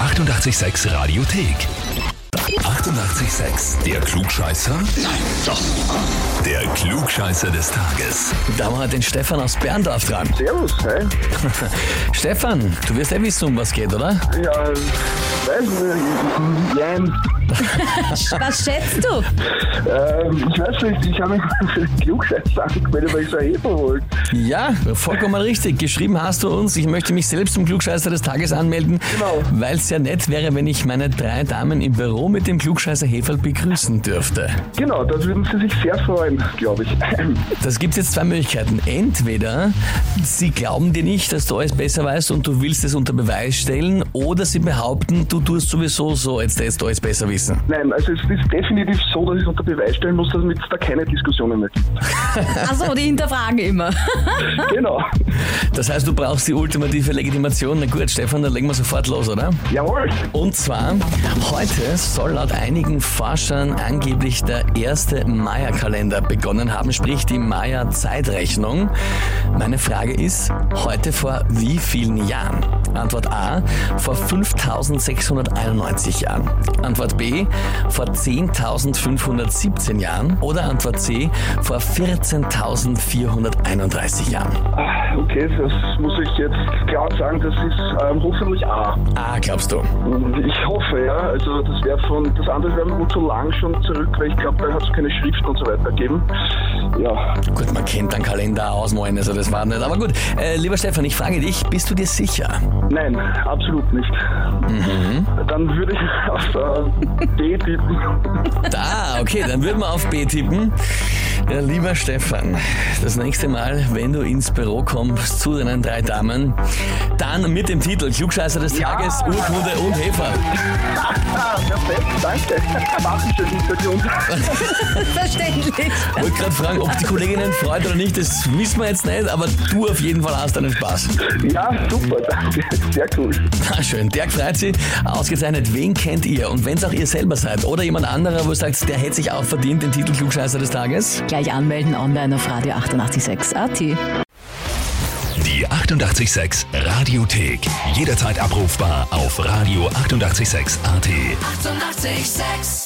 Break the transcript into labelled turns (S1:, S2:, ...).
S1: 886 Radiothek. 88,6. Der Klugscheißer? Nein, doch. Der Klugscheißer des Tages.
S2: Da haben wir den Stefan aus Berndorf dran.
S3: Servus, hi.
S2: Stefan, du wirst eh wissen, um was geht, oder?
S3: Ja, weiß nicht, nein,
S4: Was schätzt du?
S3: ähm, ich weiß nicht, ich habe mich für den Klugscheiß angemeldet, weil ich so ein Hefer wollte.
S2: Ja, vollkommen richtig. Geschrieben hast du uns, ich möchte mich selbst zum Klugscheißer des Tages anmelden,
S3: Genau.
S2: weil es ja nett wäre, wenn ich meine drei Damen im Büro mit dem Klugscheißer Heferl begrüßen dürfte.
S3: Genau, da würden Sie sich sehr freuen, glaube ich.
S2: Das gibt jetzt zwei Möglichkeiten. Entweder sie glauben dir nicht, dass du alles besser weißt und du willst es unter Beweis stellen, oder sie behaupten, du tust sowieso so, als hättest du alles besser wissen.
S3: Nein, also es ist definitiv so, dass ich unter Beweis stellen muss, damit es da keine Diskussionen mehr gibt.
S4: Achso, die hinterfragen immer.
S3: Genau.
S2: Das heißt, du brauchst die ultimative Legitimation. Na gut, Stefan, dann legen wir sofort los, oder?
S3: Jawohl.
S2: Und zwar, heute soll laut einigen Forschern angeblich der erste Maya-Kalender begonnen haben, sprich die Maya-Zeitrechnung. Meine Frage ist, heute vor wie vielen Jahren? Antwort A, vor 5691 Jahren. Antwort B, vor 10.517 Jahren. Oder Antwort C, vor 14.431 Jahren.
S3: Ah, Okay, das muss ich jetzt klar sagen, das ist ähm, hoffentlich A.
S2: Ah, glaubst du?
S3: Ich hoffe, ja. Also das wäre von, das andere wäre wohl zu lang schon zurück, weil ich glaube, da hat es keine Schrift und so weiter gegeben. Ja,
S2: Gut, man kennt den Kalender aus, moin, also das war nicht. Aber gut, äh, lieber Stefan, ich frage dich, bist du dir sicher?
S3: nein, absolut nicht. Dann würde ich auf äh, D tippen.
S2: Da, okay, dann würden wir auf B tippen. Ja, lieber Stefan, das nächste Mal, wenn du ins Büro kommst zu deinen drei Damen, dann mit dem Titel Klugscheißer des
S3: Ja.
S2: Tages, Urkunde und Hefer.
S3: Ah, perfekt, danke. Mach ich schon Hintergrund.
S4: Verständlich.
S2: Ich wollte gerade fragen, ob die Kolleginnen freut oder nicht, das wissen wir jetzt nicht, aber du auf jeden Fall hast deinen Spaß.
S3: Ja, super, danke. Sehr cool.
S2: Na schön, Dirk freut sich. Ausgezeichnet, wen kennt ihr? Und wenn es auch ihr selber seid oder jemand anderer, wo ihr sagt, der hätte sich auch verdient, den Titel Klugscheißer des Tages,
S4: Gleich anmelden online auf Radio 886 AT.
S1: Die 88,6 Radiothek. Jederzeit abrufbar auf radio886.at. 88,6.
S5: Eighty-eight, sex.